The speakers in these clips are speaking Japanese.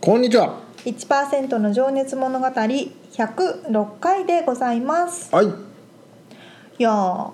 こんにちは。 1%の情熱物語106回でございますはい。いやー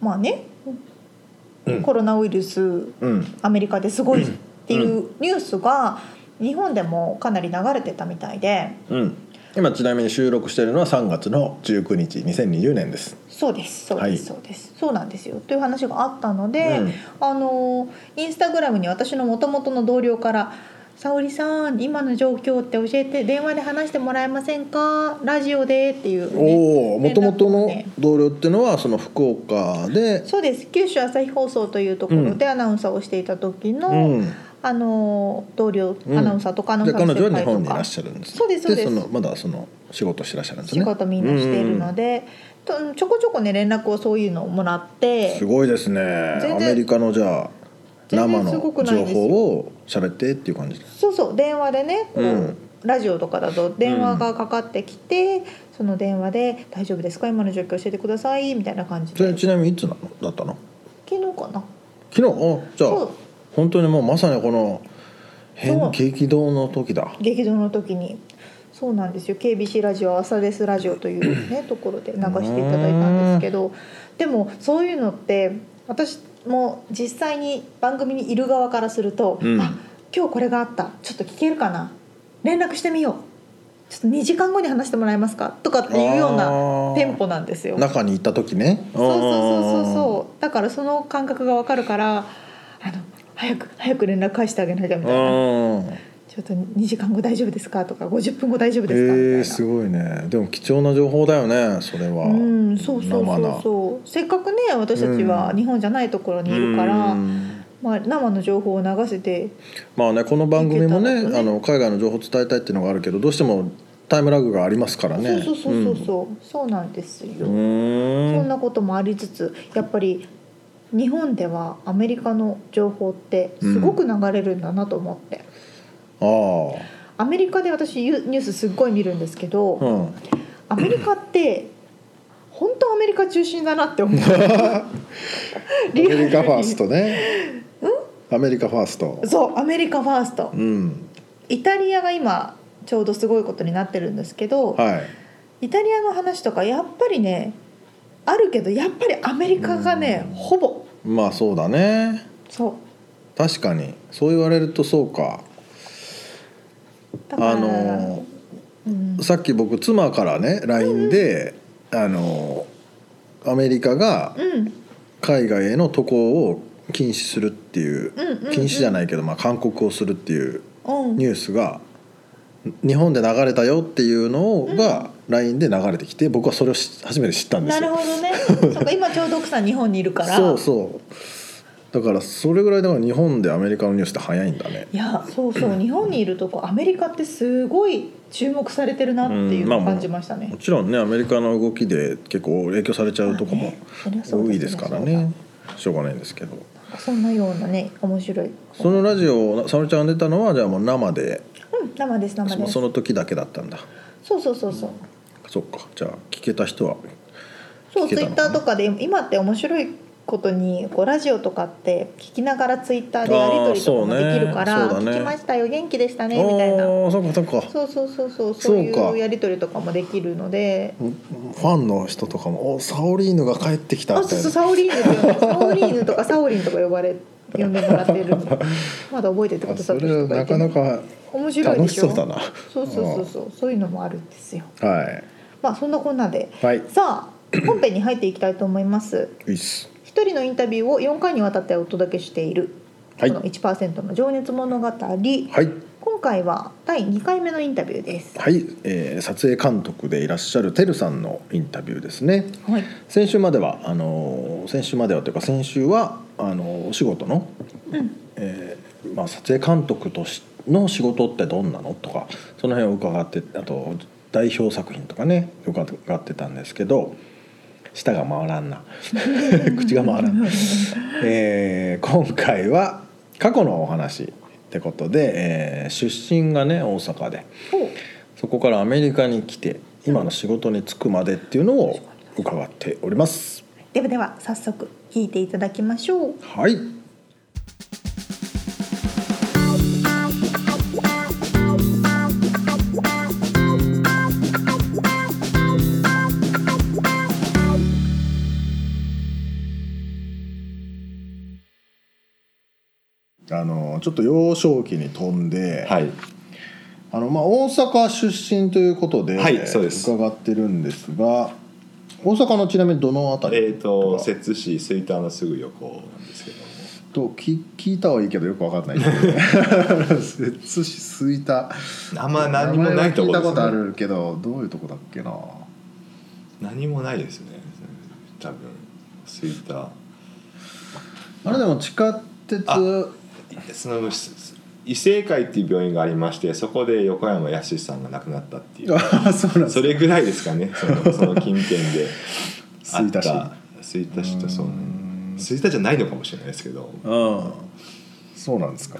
まあね、うんコロナウイルスうん。アメリカですごいっていうニュースが日本でもかなり流れてたみたいでうん。今ちなみに収録しているのは3月の19日2020年です。そうですそうです、そうですそうなんですよという話があったので、うんあのインスタグラムに私の元々の同僚から「沙織さん今の状況って教えて電話で話してもらえませんかラジオで」っていう、ね、おお、もともとの同僚っていうのはその福岡で、そうです九州朝日放送というところでアナウンサーをしていた時の、うん。あの同僚うんアナウンサーとかアナウンでサー彼の女は先日輩と本にいからっしゃるんです。そうですそうですそのまだその仕事してらっしゃるんですね。仕事みんなしているので、とちょこちょこね連絡をそういうのをもらっうん。てすごいですね。全ア然メリカのじゃあ全生然のすごくない情ですよ報を喋ってっていう感じです。そうそう電話でねこう、うんラジオとかだと電話がかかってきて、その電話で「大丈夫ですか今の状況教えてください」みたいな感じそれでちなみにいつなのだったの？昨日かな昨日。あ、じゃそあう本当にもうまさにこのそう変激動の時だ。劇場の時にそうなんですよ KBC ラジオ「朝ですラジオ」という ねところで流していただいたんですけどでもそういうのって私も実際に番組にいる側からすると、うんあ今日これがあったちょっと聞けるかな連絡してみようちょっと2時間後に話してもらえますかとかっていうようあなーテンポなんですよ。中に行った時ねそうそうそうそうそうだからその感覚がわかるからあの早く早く連絡返してあげなきゃみたいな。うんちょっと2時間後大丈夫ですかとか50分後大丈夫へえですかみたいな、ー、すごいねでも貴重な情報だよねそれはうんそうそう生そうなそうせっかくね私たちはうん日本じゃないところにいるから、うんまあ、生の情報を流せてまあねこの番組もいけたねらねあの海外の情報伝えたいっていうのがあるけどどうしてもタイムラグがありますからねそうそうそうそうそう、そうなんですよ、そうんうーんんなこともありつつやっぱり日本ではアメリカの情報ってすごく流れるんだなと思って、あアメリカで私ユニュースすっごい見るんですけど、あうんアメリカって本当アメリカ中心だな って思うアメリカファーストねアメリカファーストそうアメリカファーストうんイタリアが今ちょうどすごいことになってるんですけど、はいイタリアの話とかやっぱりねあるけどやっぱりアメリカがねうんほぼまあそうだねそう確かにそう言われるとそうかだからあのうんさっき僕妻からね LINE で、あのアメリカがうん海外への渡航を禁止するっていう、うんうんうん禁止じゃないけど、まあ、勧告をするっていううんニュースが日本で流れたよっていうのが LINE で流れてきて僕はそれをし初めて知ったんでなするよ。ほど ねそっか今ちょうど奥さん日本にいるからそうそうだからそれぐらいだから日本でアメリカのニュースって早いんだね。いやそうそう日本にいるとこアメリカってすごい注目されてるなっていうのをうんまあ感じましたね、もちろんねアメリカの動きで結構影響されちゃうとこまあもねそりゃそうだ多いですからそりゃねしょうがないんですけど。そんなようなね面白いそのラジオ沙織ちゃんが出たのはじゃあもう生でうん生です生ですその時だけだったんだそうそうそうそうそっかじゃあ聞けた人はそう聞ツけイたのッターとかで今って面白いことにこうラジオとかって聞きながらツイッターでやり取りとかもあーそうねできるから「そうだね聞きましたよ元気でしたね」みたいなああそっかそっかそうそうそうそうそういそううかやり取りとかもできるので。ファンの人とかも「おサオリーヌが帰ってきた」あみそたういそうなサオリーヌって呼んでサオリーヌとかサオリンとか呼ば れ呼んでもらってるんでまだ覚えててくあださそってれる人はがいなてかなか面白いで楽ししょそうだなそうそうそうそうそういうのもあるんですよはいまあそんなこんなではいさあ本編に入っていきたいと思いますいいっす一人のインタビューを4回にわたってお届けしている、はいこの1%の情熱物語、はい今回は第2回目のインタビューですはい、えー撮影監督でいらっしゃるてるさんのインタビューですねはい先週まではあのー先週まではというか先週はあのーお仕事の、えーまあ、撮影監督としの仕事ってどんなのとかその辺を伺ってあと代表作品とかね伺ってたんですけど舌が回らんな口が回らん、えー今回は過去のお話ってことで、えー出身がね大阪で。おそこからアメリカに来て今の仕事に就くまでっていうのを伺っております。ではでは早速聞いていただきましょうはい。あのちょっと幼少期に飛んで、はい、あのまあ、大阪出身ということで,、はいそうです伺ってるんですが大阪のちなみにどの辺りえっ、と摂津市吹田のすぐ横なんですけどもと聞聞いたはいいけどよく分かんない ですね摂津市吹田あんま何もないと名前は聞いたころです、ね、ことあるけどどういうとこだっけな何もないですね多分吹田あれでも地下鉄あはその異性会っていう病院がありましてそこで横山やすしさんが亡くなったってい うあそうなんですそれぐらいですかねそのその近辺 であっ吹田市た吹田市とそうね吹田じゃないのかもしれないですけどうんそうなんですか、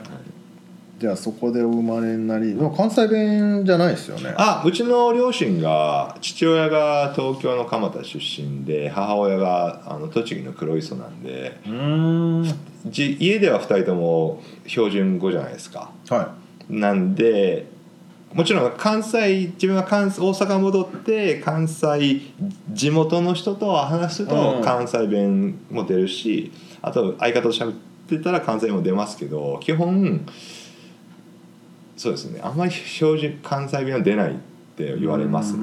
じゃあそこでお生まれになりでも関西弁じゃないですよねあうちの両親が父親が東京の蒲田出身で母親があの栃木の黒磯なんでうんはいじ家では2人とも標準語じゃないですかはなんでもちろん関西自分が関西大阪戻って関西地元の人と話すうとん関西弁も出るし、あと相方と喋ってたら関西弁も出ますけど基本そうですねあんまり標準関西弁は出ないって言われますね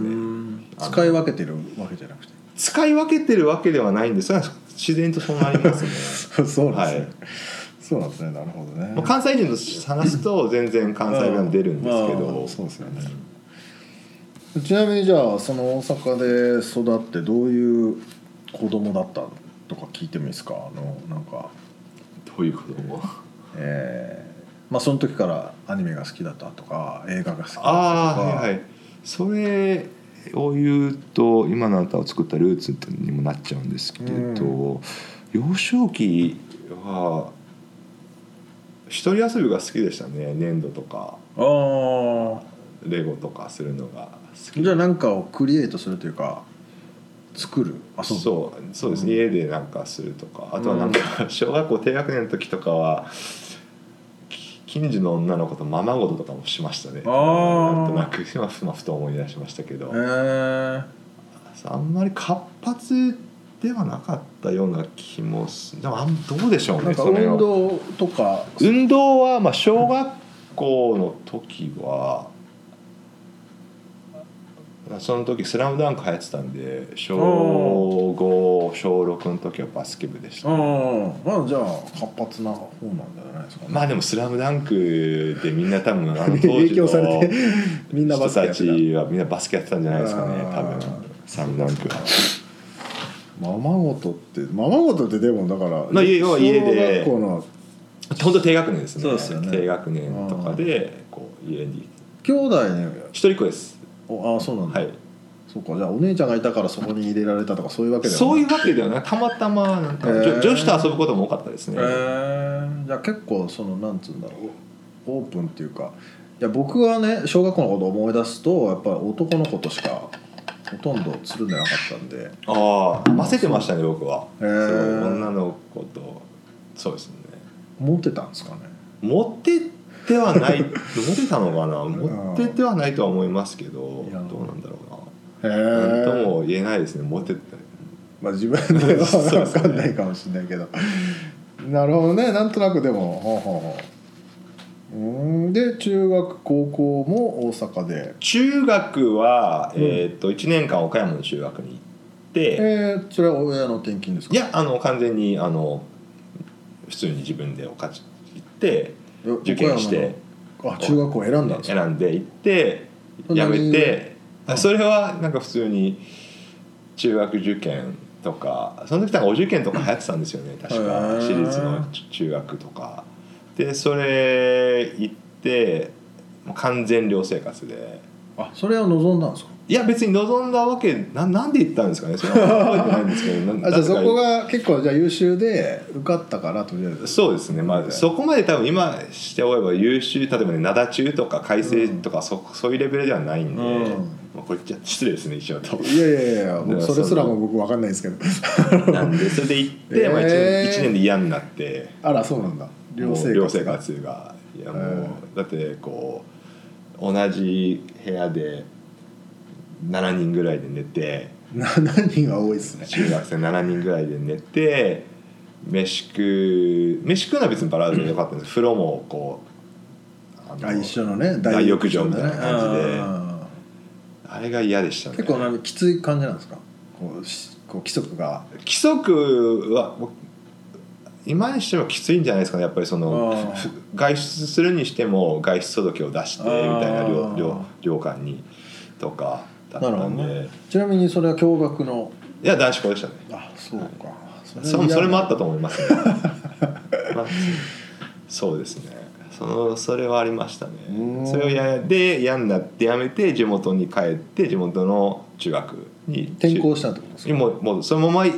あの使い分けてるわけじゃなくて使い分けてるわけではないんですが自然とそうなりますねそうなんですね、はい そうなんですねなるほどねもう関西人と話すと全然関西弁は出るんですけど、うんそうですよねちなみにじゃあその大阪で育ってどういう子供だったとか聞いてもいいですかあのなんかどういうこともえーまあその時からアニメが好きだったとか映画が好きだったとかああはいはいそれを言うと今の歌を作ったルーツにもなっちゃうんですけど、う幼少期は一人遊びが好きでしたね粘土とかあレゴとかするのが好ーきじゃあなんかをクリエイトするというか作るあそうそうそうですね、家でなんかするとかあとはなんか小学校低学年の時とかはき近所の女の子とままごととかもしましたねあーなんとなく今ふまふと思い出しましたけど、へえあんまり活発ではなかったような気もすでもあんどうでしょうなねんかそれは運動とか運動はまあ小学校の時はその時「スラムダンク流行ってたんで小5小6の時はバスケ部でしうたんまあじゃあ活発な方なんじゃないですかねまあでも「スラムダンクでみんな多分あの 影当時響のされてみんなバ人スケやたってちはみんなバスケやってたんじゃないですかねあー多分スラムダンクは。ままごとってままごとってでもだから、まあ家要は家で小学校の本当低学年ですねそうですよね低学年とかでこう家に兄弟に一人っ子ですおああそうなんだ、はいそうかじゃあお姉ちゃんがいたからそこに入れられたとかそういうわけではそういううわけではなくたまたまな んかへー女女子と遊ぶことも多かったでへすね、えじゃあ結構そのなんつうんだろうオープンっていうかいや僕はね小学校のことを思い出すとやっぱり男の子としかほとんどつるんでなかったんでああ混ぜてましたね僕はへそーう女の子とそうですね持ってたんですかね持ってってはない持ってたのかな持ってってはないとは思いますけどいやどうなんだろへえうな何とも言えないですね持ってってまあ自分では そうです分ねかんないかもしれないけど、なるほどねなんとなくでもほうほうほううんで中学高校も大阪で中学は、えー、と1年間岡山の中学に行って、えー、それは親の転勤ですかいやあの完全にあの普通に自分でお勝ち行ってえ受験して岡山のあ中学校選んだんです選かんで行ってそん辞な理め由てあそれはなんか普通に中学受験とかその時なんかお受験とか流行ってたんですよね確へかー私立の中学とかでそれ行ってもう完全寮生活で。あそれを望んだんですかいや別に望んだわけななんで行ったんですかねそれは覚えてないんですけどなあじゃあなぜそかこが結構じゃあ優秀で受かったからとりあえずそうですね、まあ、そこまで多分今しておれば優秀例えばね灘中とか改正とか、そそういうレベルではないんで、うんまあ、これじゃ失礼ですね 一応といやいやいやいや僕それすらも僕分かんないですけど なんでそれで行 って、まあ、1, えー年一年で嫌になってあらそうなんだ寮もう生寮活生が活がいやもう、うだってこう同じ部屋で7人ぐらいで寝て7人は多いですね中学生7人ぐらいで寝て飯食う飯食うのは別にバラードでよかったん です風呂もこうあのあ一緒のね大浴場みたいな感じでああれが嫌でしーたね結構なんかきつい感じなんですかこうしこう規則が規則はもう今にしてもきついんじゃないですかねやっぱりそのあーふ外出するにしても外出届を出してみたいなあ寮ー寮寮館にとかだっなるほどたんで、ねちなみにそれは驚愕のいや男子校でしたねあそうかそそそれもあったとと思います ね、まあそうですねそのそれはありましたうねんそれをやで嫌になってやめて地元に帰って地元の中学に転校したってことですかもうもうそのままい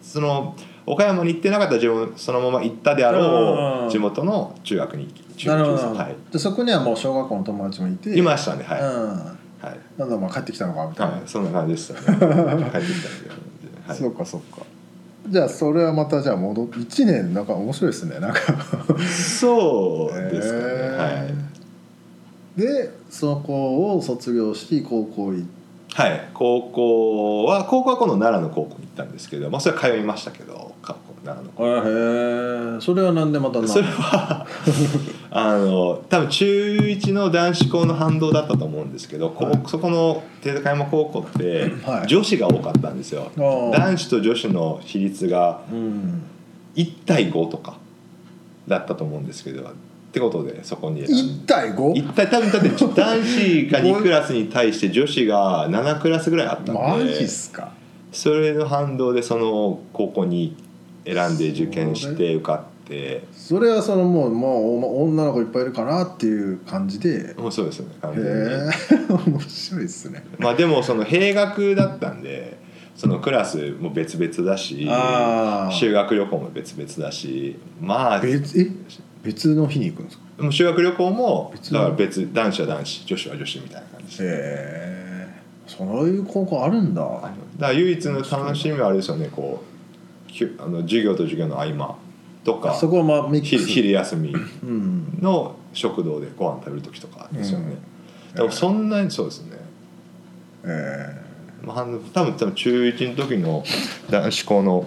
その岡山に行ってなかったら自分そのまま行ったであろううん地元の中学に中なるほど、はいでそこにはもう小学校の友達もいていましたねはい、はういんなんだまあ帰ってきたのかみたいな、はい、そんな感じでした ね帰ってきたみたいな感じで、そはうかそうかじゃあそれはまたじゃあ戻っ1年なんか面白いですねなんかい、そうですかね、へーはいでそこを卒業し高校行っはい高校は高校は今度奈良の高校に行ったんですけど、まあ、それは通いましたけどか奈良の高あへえそれはなんでまた校なそれはあの多分中1の男子校の反動だったと思うんですけど、こうはいそこの帝都山高校ってはい女子が多かったんですよ、あー男子と女子の比率がうん1対5とかだったと思うんですけどってことでそこに選ん1で対 5? 一体多分だって男子が2クラスに対して女子が7クラスぐらいあったんでマジっすかそれの反動でその高校に選んで受験して受かってそれはそのもうもうお女の子いっぱいいるかなっていう感じでもうそうですよねへ完全にえ面白いっすねまあでもその閉学だったんでそのクラスも別々だしあ修あ学旅行も別々だしまあ別え別の日に行くんですかもう修学旅行も別だのから別男子は男子女子は女子みたいな感じでへえそういう高校あるんだだから唯一の楽しみはあれですよねこうきゅあの授業と授業の合間とかそこはまあミッひクス昼休みうんの食堂でご飯食べる時とかですよね、でもそんなにそうですね、えまあ、多分多分中1の時の男子校の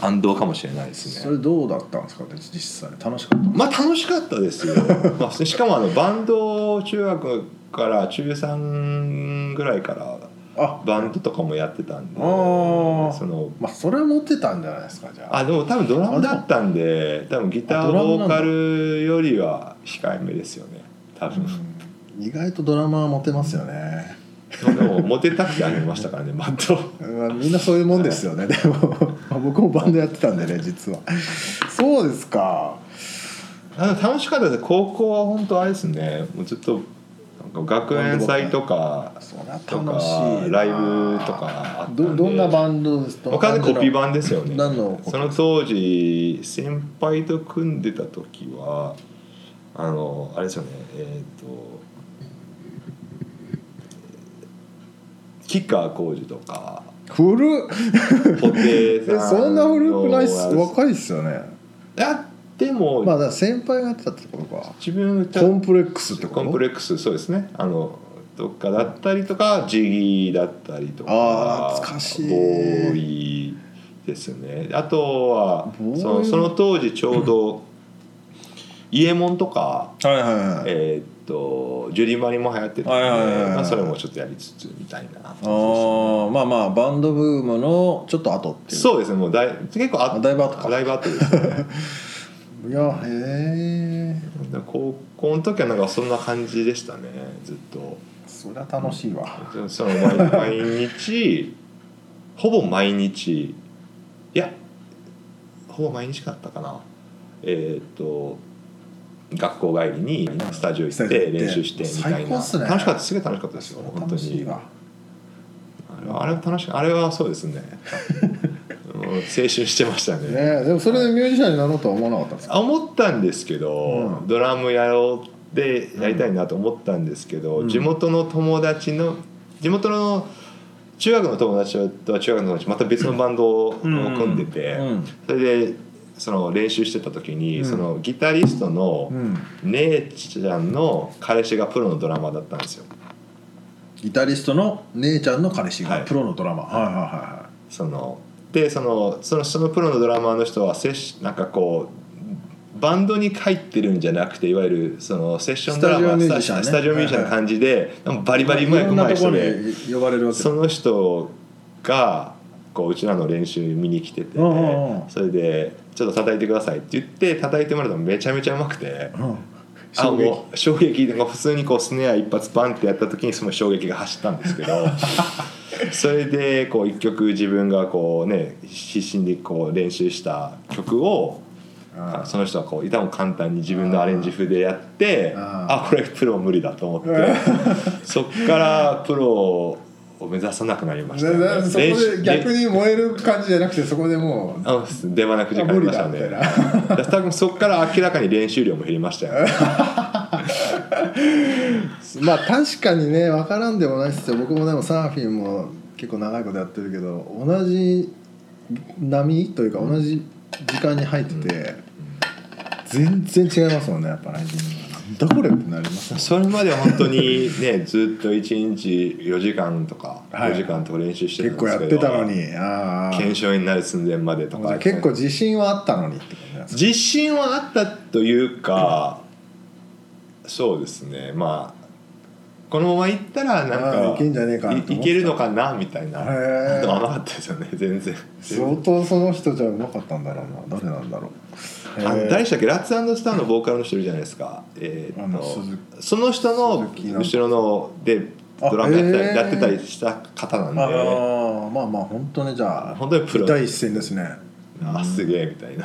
反動かもしれないでーすそねれどうだったんですかね実際楽しかったまあ楽しかったですよ、 まあ、しかもあのバンドを中学から中3ぐらいからあバンドとかもやってたんであーそのまあそれは持ってたんじゃないですかじゃああでも多分ドラムだったんで多分ギタあードラムなんボだーカルよりは控えめですよね多分、 うん意外とドラマはモテますよね、でもモテたくてあげましたからね バンドまあ、みんなそういうもんですよ ねでもまあ僕もバンドやってたんでね実はそうですかあの楽しかったです高校は本当あれですねもうずっとなんか学園祭とかそりゃ楽しといかなライブとかあったんでどどんなバンドですかわかんないコピー版ですよね何のコピーその当時先輩と組んでた時はあのあれですよねえっ、と吉川晃司とか 古っ布袋えさんそんな古くないっすの若いっすよねやっても、まあだから先輩がやってたってことか自分歌コンプレックスってことコンプレックスそうですねあのとかだったりとかジギーだったりとかあー懐かしいボーイですねあとはボーイ そのその当時ちょうど伊右衛門とか、はいはいはいえーっとジュリマリも流行ってたはいはいはいのはでいまあそれもちょっとやりつつみたいな感じですああまあまあバンドブームのちょっと後っていうそうですねもうだい結構ああだいぶ後かだいぶ後ですねういやへえで高校の時はなんかそんな感じでしたねずっとそりゃ楽しいわでその毎毎日ほぼ毎日いやほぼ毎日だったかなえーっ、と学校帰りにスタジオ行っスタジオて行って練習してみた最い高な、っすね楽しかったすげえ楽しかったですよ本当楽しいにわあれはあれは楽しいあれはそうですね もう青春してましたねねえでもそれでミュージシャンになろうとは思わなかったんですかあ思ったんですけど、うんドラムやろうでやりたいなと思ったんですけど、うん地元の友達の地元の中学の友達とは中学の友達また別のバンドをうん組んでて、うんそれでその練習してた時に、うんそのギタリストのうん姉ちゃんの彼氏がプロのドラマーだったんですよ。ギタリストの姉ちゃんの彼氏はがいプロのドラマーはいはいはいはいそのでそのそのそのプロのドラマーの人はセッシなんかこうバンドに入ってるんじゃなくていわゆるそのセッションドラマースタジオミュージシャンねスタジオミュージシャンの感じで、バリバリうまいい上ろんな手いとこ人ろでに呼ばれるわけだその人がこううちらの練習見に来てて、うんうんうんそれで「ちょっと叩いてください」って言って叩いてもらったのめちゃめちゃうまくて。うんあ衝撃もう衝撃で普通にこうスネア一発バンってやった時にその衝撃が走ったんですけ どそれでこう一曲自分がこうね必死にこう練習した曲をうんその人はこう歌も簡単に自分のアレンジ風でやってああこれプロ無理だと思ってそっからプロを目指さなくなりましたね、ででそこ練習で逆に燃える感じじゃなくてそこでもうあ出花くじかれましたね無理だだから多分そこから明らかに練習量も減りましたよ ねまあ確かにね分からんでもないですよ僕もでもサーフィンも結構長いことやってるけど同じ波というか同じ時間に入ってて、全然違いますもんねやっぱライジングはなんだこれってなりますねそれまでは本当にね ずっと1日4時間とかはい5時間とか練習して結構たんでやすっけどてたのにああ検証になる寸前までとじゃかあ結構自信はあったのにってことね自信はあったというか、そうですねまあこのままいったらなんあーかいけんじゃねえかなと思ってたいいけるのかなみたいなへー のがなかったですよね全然相当その人じゃうまかったんだろうな誰なんだろうあへのー誰でしたっけラッツスターのボーカルの人いるじゃないですか、えーあっのと鈴その人の鈴木なん後ろのでドラムやってたり,、あへーやってたりした方なんであーまあまあ本当にじゃあ本当にプロ第一線ですねあすげえみたいな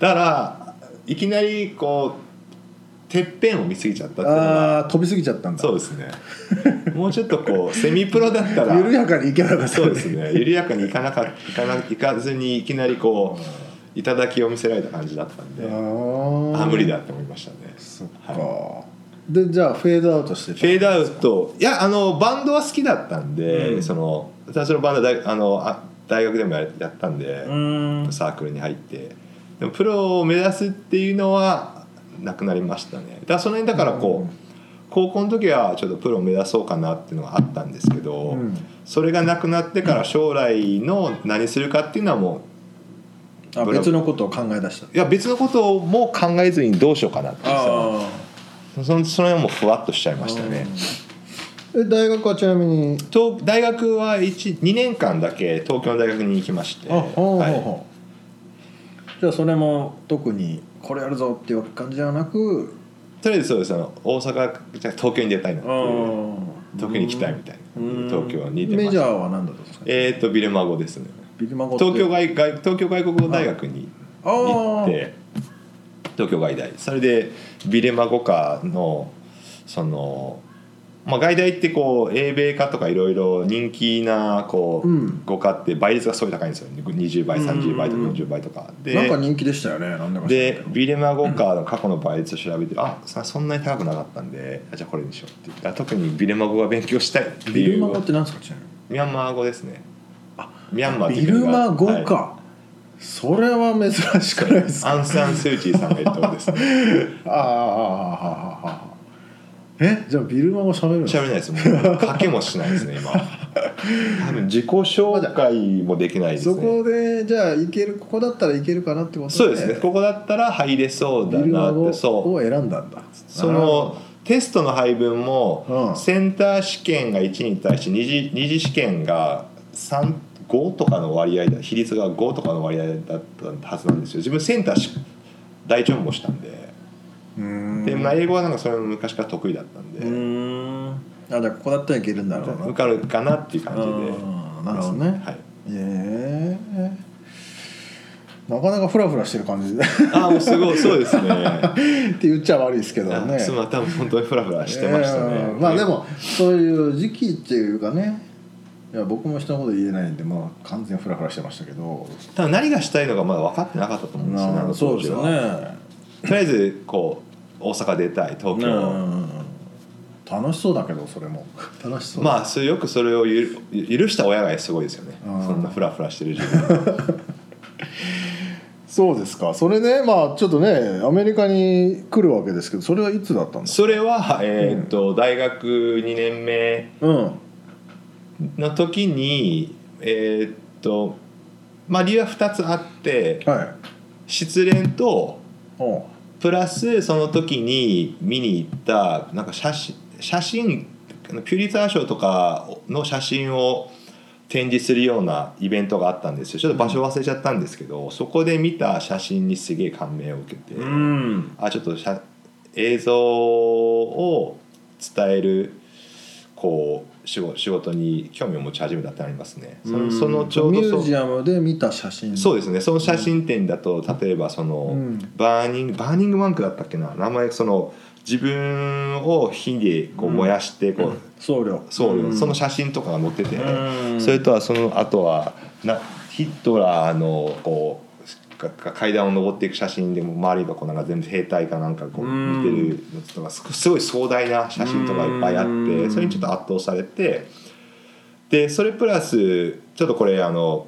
だからいきなりこうてっぺんを見過ぎちゃったっていうのあはあー飛びすぎちゃったんだそうですねもうちょっとこうセミプロ だったら緩やかにいけなかったそうですね緩やかにいかなかいかないかずにいきなりこう頂きを見せられた感じだったんあでーあ無理だって思いましたねそっか、はでじゃあフェードアウトしてフェードアウトいやあのバンドは好きだったんで、うんその私のバンドは大あのあ大学でもややったんで、うんサークルに入ってでもプロを目指すっていうのはなくなりましたねだからその辺だからこう、うん高校の時はちょっとプロを目指そうかなっていうのがあったんですけど、うんそれがなくなってから将来の何するかっていうのはもあ別のことを考え出したういや別のことも考えずにどうしようかなってさそのその辺はもうふわっとしちゃいましたね。え大学はちなみにと大学は2年間だけ東京の大学に行きましてあほうほうはいほうじゃあそれも特にこれやるぞっていう感じではなくとりあえずそうですあの大阪じゃあ東京に出たいなっていう東京に行きたいみたいなうん東京に出メましたジャーは何だったんですかえー、とビルマ語ですねビルマゴって東京外外東京外国語大学にあ行あって東京外大それでビルマ語科のその、まあ、外大ってこう英米科とかいろいろ人気なこう、うん語科って倍率がすごい高いんですよね20倍30倍とか40倍とかでなんか人気でしたよねなんだか知らんけでどビレマゴカーの過去の倍率を調べて、あそそんなに高くなかったんであじゃあこれにしようって言ってあ特にビレマ語が勉強したいってビいルうマゴって何ですかちなみにミャンマー語ですねミャンマーっていビうル国マが語か、はいそれは珍しくないです かアン・サン・スー・チーさんがいるとこですね あああああああああえじゃあビルマ語喋るの喋れないですもう賭けもしないですね今多分自己紹介もできないですそねこでじゃあいけるここだったらいけるかなってことでそうですねここだったら入れそうだビルなマっ語てそうを選んだんだそのテストの配分も、うんセンター試験が1に対して二次二次試験が3 5とかの割合だ比率が5とかの割合だったはずなんですよ自分センターし大丈夫もしたんでうんで、まあ、英語はなんかそれも昔から得意だったんで、うーんあじゃあここだったらいけるんだろうな受かるかなっていう感じでうんなるほどねはい、ええなかなかフラフラしてる感じで ああもうすごいそうですねって言っちゃ悪いですけどあねすまん多分本当にフラフラしてましたね、ええまあでもそういう時期っていうかねいや僕も人のこと言えないんでまあ完全フラフラしてましたけど多分何がしたいのかまだ分かってなかったと思うんですよねあの当時はねとりあえずこう大阪出たい東う京、ん楽しそうだけどそれも楽しそうまあそれよくそれをゆる許した親がすごいですよねうんそんなフラフラしてる自分そうですかそれねまあちょっとねアメリカに来るわけですけどそれはいつだったんですかそれは、えーっと大学2年目うんの時にえーっとまあ理由は2つあってはい失恋とおうプラスその時に見に行ったなんか写真写真あのピュリツァー賞とかの写真を展示するようなイベントがあったんですよちょっと場所忘れちゃったんですけど、そこで見た写真にすげえ感銘を受けて、うんあちょっと写映像を伝えるこう仕事仕事に興味を持ち始めたってありますね。そのそのちょうどミそュージアムで見た写真そううですねその写真展だと例えばその、うんバーニングバーニングマンクだったっけな名前その自分を火でこう燃やしてこう、僧侶そううんその写真とかが載ってて、うんそれとはそのあとはなヒトラーのこうかか階段を上っていく写真でも周りがこうなんか全部兵隊かなんかこううん見てるのとかすすごい壮大な写真とかいっぱいあっうてんそれにちょっと圧倒されてでそれプラスちょっとこれあの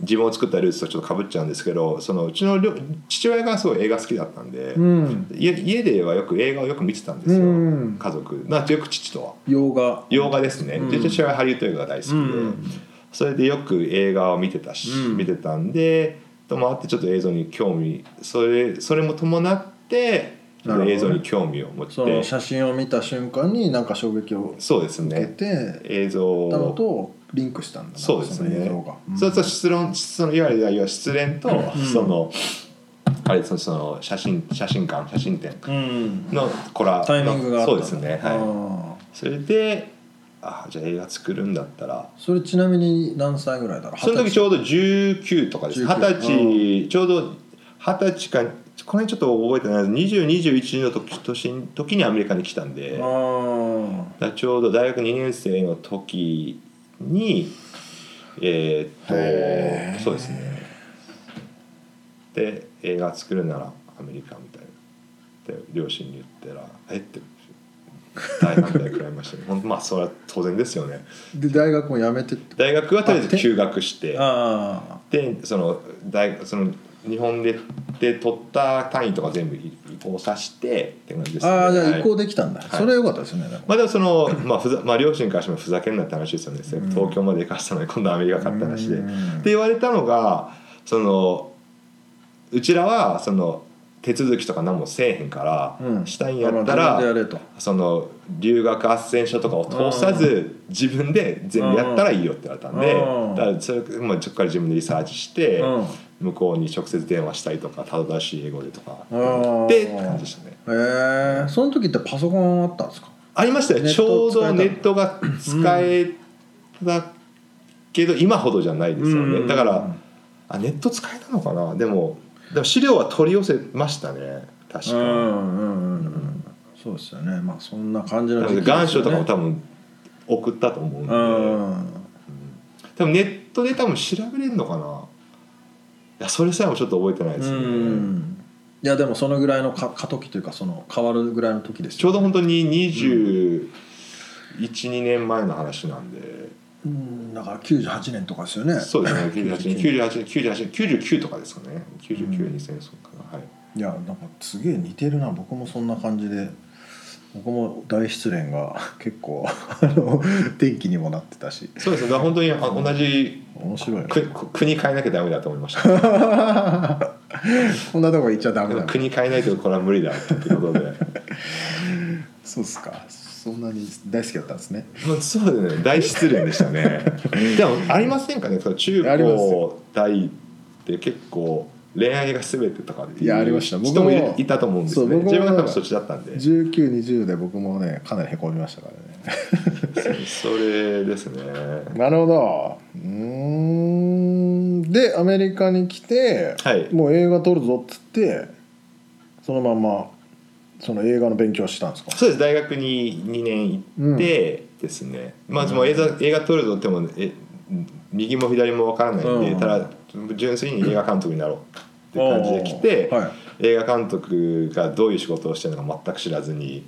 自分を作ったルーツとちょっとかぶっちゃうんですけどそのうちの両父親がすごい映画好きだったんで、うん家家ではよく映画をよく見てたんですよ、うん家族まあよく父とは。洋画洋画ですね、うんで父親はハリウッド映画が大好きで、うんそれでよく映画を見てたし、うん見てたんでともあってちょっと映像に興味それそれも伴ってなるほどね映像に興味を持ってその写真を見た瞬間に何か衝撃をそうです受けねて映像たのをとリンクしたんだなそうですの映ね像がそれと失恋そのいわゆるいわゆる失恋と、んそのあれそのその写真写真館写真展うんのコラタイミングがあったそんうだですねあはーいそれであじゃあ映画作るんだったらそれちなみに何歳ぐらいだろうその時ちょううど19とかです19 20歳ちょうど20歳かこの辺ちょっと覚えてないです2021の時年に時にアメリカに来たんでだかあらちょうど大学2年生の時にえーへーっとそうですねで映画作るならアメリカみたいなで両親に言ったら「えっ?」て大反対食らいましたねほんとまあそれは当然ですよねーで大学も辞めてって大学はとりあえず休学してあでその大その日本でで取った単位とか全部移行させてって感じですあああじゃはあい移行できたんだ、いそれは良かったですねでもまあでもその、まあ、ふざまあ両親からしてもふざけんなって話ですよね、東京まで行かせたのに今度アメリカ買った話で。うってん言われたのがそのうちらはその手続きとか何もせえへんから、うんしたいんやっあたまあら自分でやれとその留学斡旋書とかを通さず自分で全部やったらいいよって言われたんでうんだからそれ、まあ、ちょっから自分でリサーチしてうん向こうに直接電話したりとか正しい英語でとかうんでって感じでしたね。へえー、その時ってパソコンあったんですかありましたよネッちトょをう使えたどネットが使えたけど今ほどじゃないですようんねだからあネット使えたのかなでもでも資料は取り寄せましたね確うかんうんうんうんそうですよねまあそんな感じのなので期ですよね願書とかも多分送ったと思うんでうん多分ネットで多分調べれるのかないやそれさえもちょっと覚えてないですうねんいやでもそのぐらいのか過渡期というかその変わるぐらいの時ですちょようど本当に212年前の話なんでうんだから98年とかですよねそうですね98年98 98 99とかですかね99に戦争かなはいいやなんかすげえ似てるな僕もそんな感じで僕も大失恋が 結構あの天気にもなってたしそうですねだから本当にあ同じ面白いなくく国変えなきゃダメだと思いました こんなとこ行っちゃダメだな国変えないとこれは無理だってことでそうっすかそんなに大好きだったんですねまあ、そうだね大失恋でし たねでもありませんかねその中あります高大って結構恋愛が全てとかっていいやありうました人僕ももいるいたと思うんですよねそう僕も自分が多分そっちだったんで1920で僕もねかなりへこみましたからねそれですねなるほどうーんでアメリカに来て、はいもう映画撮るぞっつってそのまんまその映画の勉強したんですかそうです大学に2年行ってですね、まあでも映画映画撮るぞってもえ右も左も分からないんで、うんただ純粋に映画監督になろうって感じで来て、おーはい映画監督がどういう仕事をしてるのか全く知らずに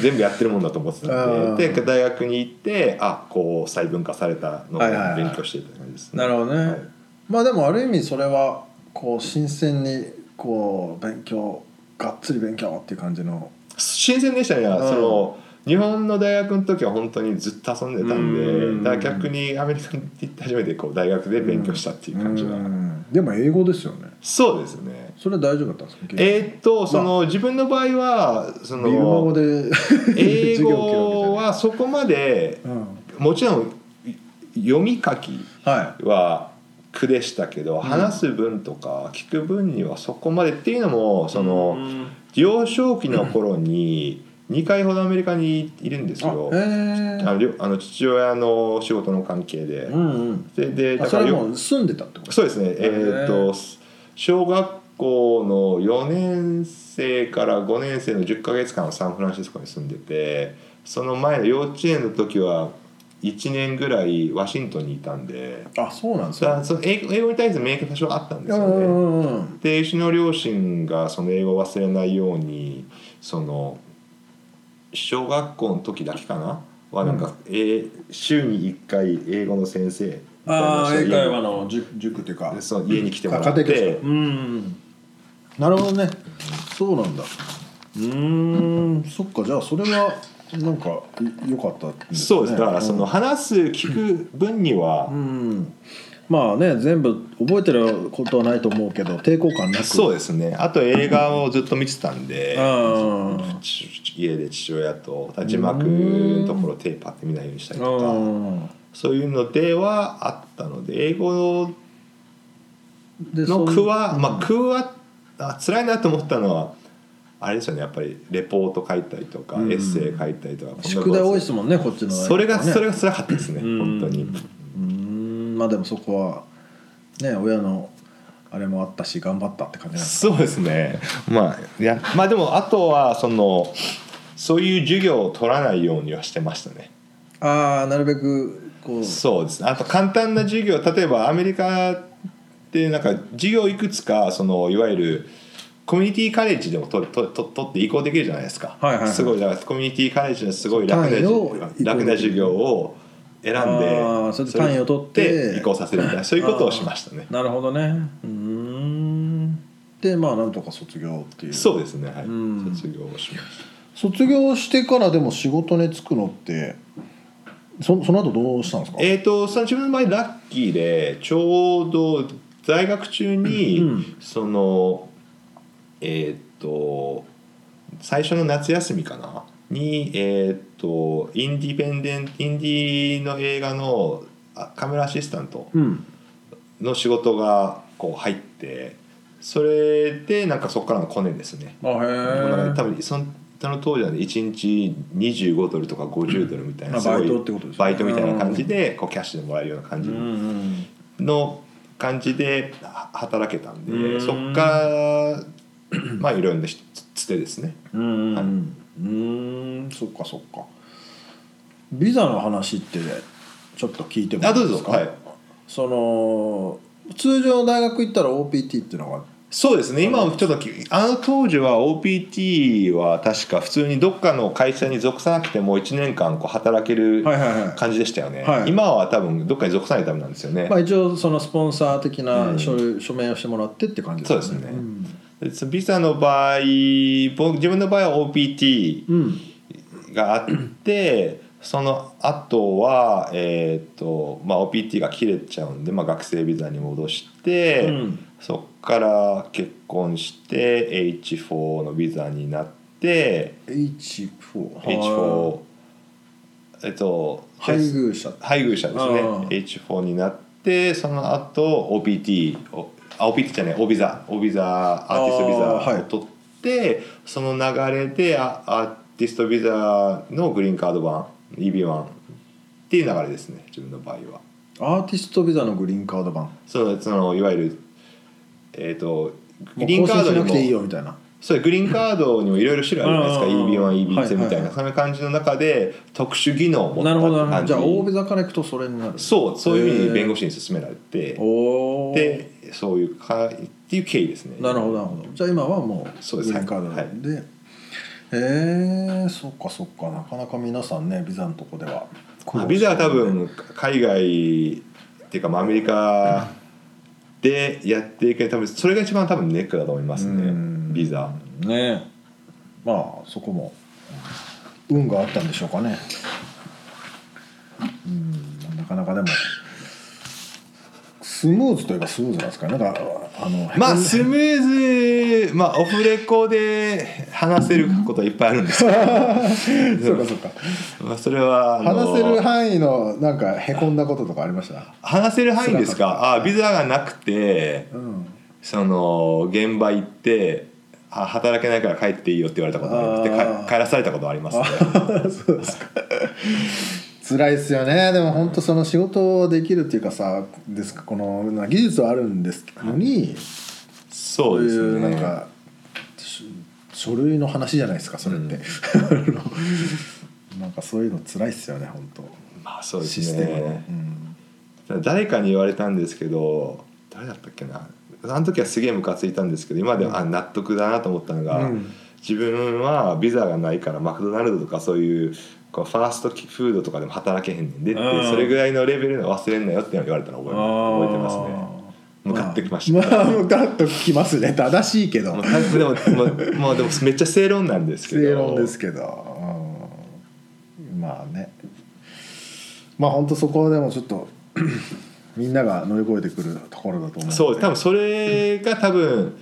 全部やってるもんだと思ってたんであーで大学に行ってあこう細分化されたのをはいはいはい勉強していた感じですね。なるほどね、はいまあでもある意味それはこう新鮮にこう勉強がっつり勉強っていう感じの新鮮でしたね、その日本の大学の時は本当にずっと遊んでたんで、うんだから逆にアメリカに行って初めてこう大学で勉強したっていう感じが、うんでも英語ですよねそうですねそれは大丈夫だったんですかえーっとその自分の場合はそビルマ語ので英 授業を受けるわけじゃ語ないはそこまでうんもちろん読み書きはは苦でしたけど話す分とか聞く分にはそこまでっていうのもその。うん幼少期の頃に2回ほどアメリカにいるんですよいへあえのりょあの父親の仕事の関係でうんうんでであだそかられはよもう住んでたってことそうですねえーっと小学校の4年生から5年生の10ヶ月間サンフランシスコに住んでてその前の幼稚園の時は1年ぐらいワシントンにいたんであそうなんですそれねはその英語英語に対する免疫多少あったんですうよんうね。んうんうんでうちの両親がその英語を忘れないようにその小学校の時だけかなはなんか、えー週に1回英語の先生みたいなああ人英会話の塾塾っていうか家そう家に来てもらあっ家庭教て師うんなるほどねそうなんだうーんそっかじゃあそれはなんかい良かったんねそうですだからその話す聞く分には、うんまあね全部覚えてることはないと思うけど抵抗感なくそううですねあと映画をずっと見てたんで、うんち家で父親と字幕のところをテーパって見ないようにしたりとか。うんそういうのではあったので英語でのそう句はまあ句はあ辛いなと思ったのはあれですよねやっぱりレポート書いたりとか、うんエッセイ書いたりとかこんなこと宿題多いですもんねこっちのそれがそれがが辛かったですねうん本当にうんまあでもそこはね親のあれもあったし頑張ったって感じなんですそうですねまあいやまあでもあとはそのそういう授業を取らないようにはしてましたねああなるべくこうそうですねあと簡単な授業例えばアメリカってなんか授業いくつかそのいわゆるコミュニティカレッジでも取取取取って移行できるじゃないですか、はいはいはいすごいだからコミュニティカレッジのすごい楽な単位を移行楽な授業を選んであーそれで単位を取ってそれで移行させるみたいなそういうことをしましたねなるほどねうんでまあなんとか卒業っていうそうですねはいうん卒業をしまし卒業してからでも仕事に就くのってそその後どうしたんですかたえっ、とその自分の場合ラッキーでちょうど在学中に、うんそのえっ、と最初の夏休みかなにえっ、とインディペンデンインディの映画のあカメラアシスタントうんの仕事がこう入ってそれでなんかそこからのコネですね。あへなんえか多分そのその当時はね1日25ドルとか50ドルみたいなあすごいバイトってことですねバイトみたいな感じでこうキャッシュでもらえるような感じうんの感じでは働けたんうでんそっからまあいろんな人つつてですねうんうんうんはういんうんそっかそっかビザの話ってちょっと聞いてもいあいどうですぞかはいその通常大学行ったら OPT っていうのがそうですね今はちょっときあの当時は OPT は確か普通にどっかの会社に属さなくても1年間こう働けるはいはいはい感じでしたよね、はい今は多分どっかに属さないためなんですよね、 まあ、一応そのスポンサー的うなん書,、署名をしてもらってって感じそうですねんでそのビザの場合僕自分の場合は OPT うんがあってその後はえっ、とまあ OPT が切れちゃうんで、まあ、学生ビザに戻して、うんそっから結婚して H4 のビザになっって、 H4 H4 えっと配偶者配偶者ですうねん H4 になってその後 OPT おあ OPT じゃない O ビザ O ビザアーティストビあーはいザを取って、その流れであアーティストビザのグリーンカード版 EB1 っていう流れですね自分の場合はアーティストビザのグリーンカード版そのそのいわゆるえっ、ともグうリーン更カー新しドになくていいよもみたいなそうグリーンカードにもいろいろ種類あるじゃないですかうんうんうん EB1EB2 みたいな、はいはいそんな感じの中で特殊技能を持ったなるほどなるほ感どじじゃあ大ビザから行くとそれになるそうそういうふうへーに弁護士に勧められておおでそういうかっていう経緯ですねなるほどなるほどじゃあ今はもうそうグでリすーンカードなんで、えー、そっかそっかなかなか皆さんねビザのとこではまあビザは多分海外っていうかまあアメリカでやっていける多分それが一番多分ネックだと思いますうねんビザねまあそこも運があったんでしょうかねうんなかなかでもスムーズといえばスムーズなんですかねなんかあのまあへスムーズまあオフレコで話せることはいっぱいあるんです けこそうかそうかどまあそれはあの話せる範囲のなんかへこんだこととかありました話せる範囲ですかあビザがなくてうんその現場行ってあ働けないから帰っていいよって言われたことがあってあーか帰らされたことありますね そうですか辛いっすよねでも本当その仕事をできるっていうかさですかこのまあ技術はあるんですけどにそうでいすうねなんかし書類の話じゃないですかそれって、 なんかそういうの辛いっすよね本当まあそうでシすステムのね、誰かに言われたんですけど誰だったっけなあの時はすげえムカついたんですけど今ではあ納得だなと思ったのが、うん自分はビザがないからマクドナルドとかそういうこうファーストフードとかでも働けへんねんでってうんそれぐらいのレベルの忘れんなよって言われたの覚え覚えてますね向かってきました、まあ、向かってきますね正しいけどもうたでももうもうでもめっちゃ正論なんですけど正論ですけど、うん、まあねまあ本当そこはでもちょっと みんなが乗り越えてくるところだと思うそうう多分それが多分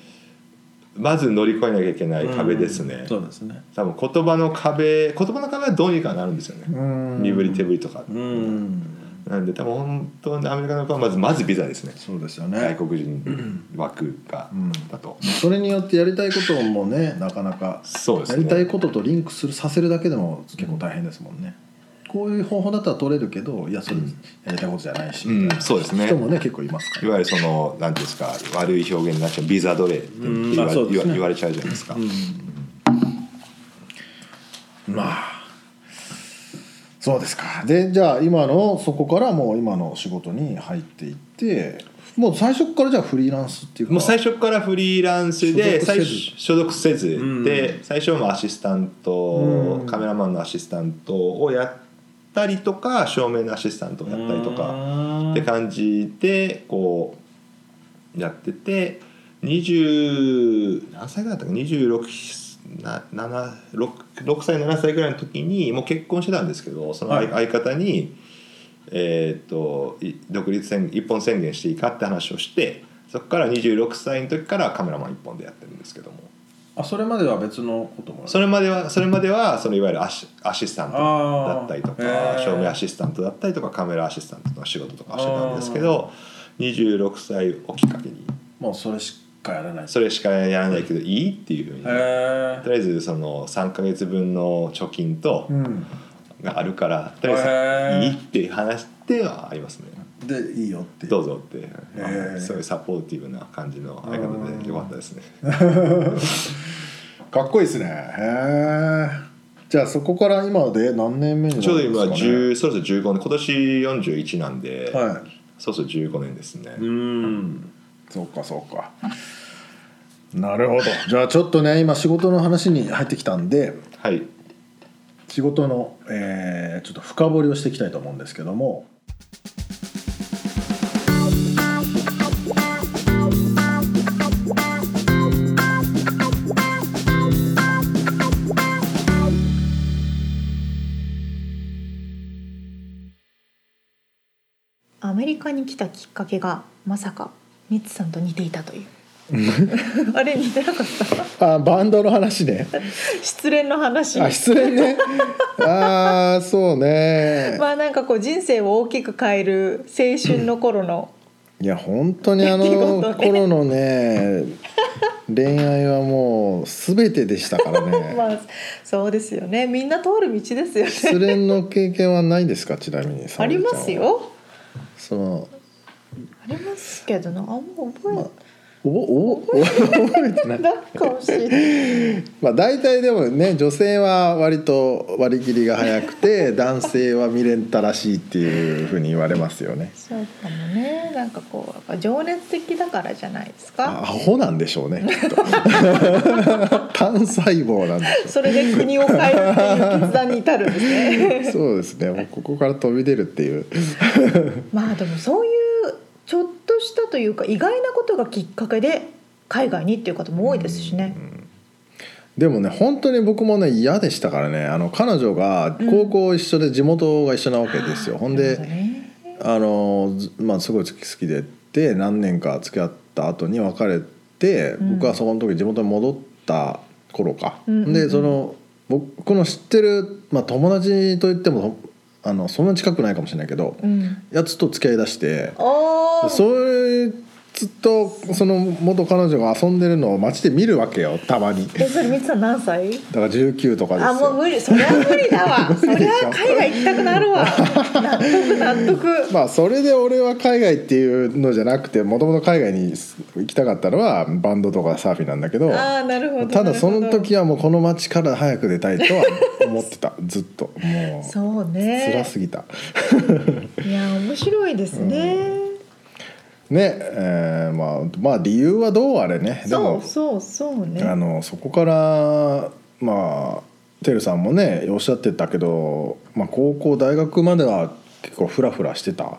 まず乗り越えなきゃいけない壁ですね、そうですね多分言葉の壁言葉の壁はどうにかなるんですよね、ん身振り手振りとか、うんなんで多分本当にアメリカの子はまずまずビザですねそうですよね外国人枠が、んだとそれによってやりたいこともねなかなかそうでやすりたいねこととリンクするさせるだけでも結構大変ですもんねこういう方法だったら取れるけどいやそれやりたいことじゃないし、うんそうですね人もね結構いますからいわゆるその何ていうんですか悪い表現になっちゃうビザ奴隷ってうん言まわ,、あそうですね言わ言われちゃうじゃないですか、まあそうですかでじゃあ今のそこからもう今の仕事に入っていってもう最初からじゃあフリーランスっていうかもう最初からフリーランスで所属せ最ず初所属せず、んで最初もアシスタント、んカメラマンのアシスタントをやったりとか照明のアシスタントをやったりとかかって感じでこうやってて20何歳ぐらいだったか26な7 6, 6歳7歳ぐらいの時にもう結婚してたんですけどその相,、方に、えー、とい独立宣一本宣言していいかって話をしてそこから26歳の時からカメラマン一本でやってるんですけどもあそれまでは別のこともそれまではそれまではそのいわゆるアシアシスタントだったりとあかーへー照明アシスタントだったりとかカメラアシスタントの仕事とかをしてたんですけど26歳をきっかけにもうそれしかやらないそれしかやらないけどいいっていうふうにとへりあえずその3か月分の貯金とうんがあるからとりあえずいいっていう話ではありますねでいいよってどうぞってーそういうサポーティブな感じの相方でよかったですねかっこいいですねへえじゃあそこから今で何年目になるんですちょか、ね、うど今10そろそろ15年今年41なんで、はいそろそろ15年ですね、うんそうかそうかなるほどじゃあちょっとね今仕事の話に入ってきたんではい仕事の、えーちょっと深掘りをしていきたいと思うんですけどもアメリカに来たきっかけがまさかミツさんと似ていたというあれ似てなかったあバンドの話ね失恋の話あ失恋 ねああそうね、まあなんかこう人生を大きく変える青春の頃のいや本当に あ出来事のね頃のね恋愛はもう全てでしたからね まあそうですよねみんな通る道ですよね失恋の経験はないですかちなみに沙あ織りちゃんはますよそのありますけどなあんま覚えまあおぼお ぼ覚えてないなんかもしれない。まあ大体でもね女性は割と割り切りが早く て男性は未練たらしいっていうふうに言われますよねそうかもね、なんかこう、やっぱ情熱的だからじゃないですあか。アホなんでしょうね きっと単細胞なんでしょそれで国を変えるっていう決断に至るんです ね。うそうですねもうここから飛び出るっていうまあ、でも、そういうちょっとしたというか、意外なことがきっかけで。海外にっていう方も多いですしね。でもね本当に僕もね嫌でしたからねあの彼女が高校一緒で地元が一緒なわけですよ、ほんで、なるほどねあのずまあすごい好き好きでって何年か付き合った後に別れて、ん僕はそこの時地元に戻った頃か、うんうんうんでその僕の知ってる、まあ、友達といってもあのそんな近くないかもしれないけど、うん。やつと付き合いだしておお。そいつとその元彼女が遊んでるのを街で見るわけよたまにだえ、それ、みつさん、何歳。から19とかですよあ、もう無理、そりゃ無理だ わ。そりゃ海外行きたくなるわ。納得、納得。まあそれで俺は海外っていうのじゃなくてもともと海外に行きたかったのはバンドとかサーフィンなんだけどああ、なるほど。ただそなのるほど時はもうこの街から早く出たいとは思ってたずっともうそうね。辛すぎたいや面白いですね。ねえーまあまあ理由はどうあれねでそもうそうそうね。あのそこからまあてるさんもねおっしゃってたけど、まあ、高校大学までは結構フラフラしてた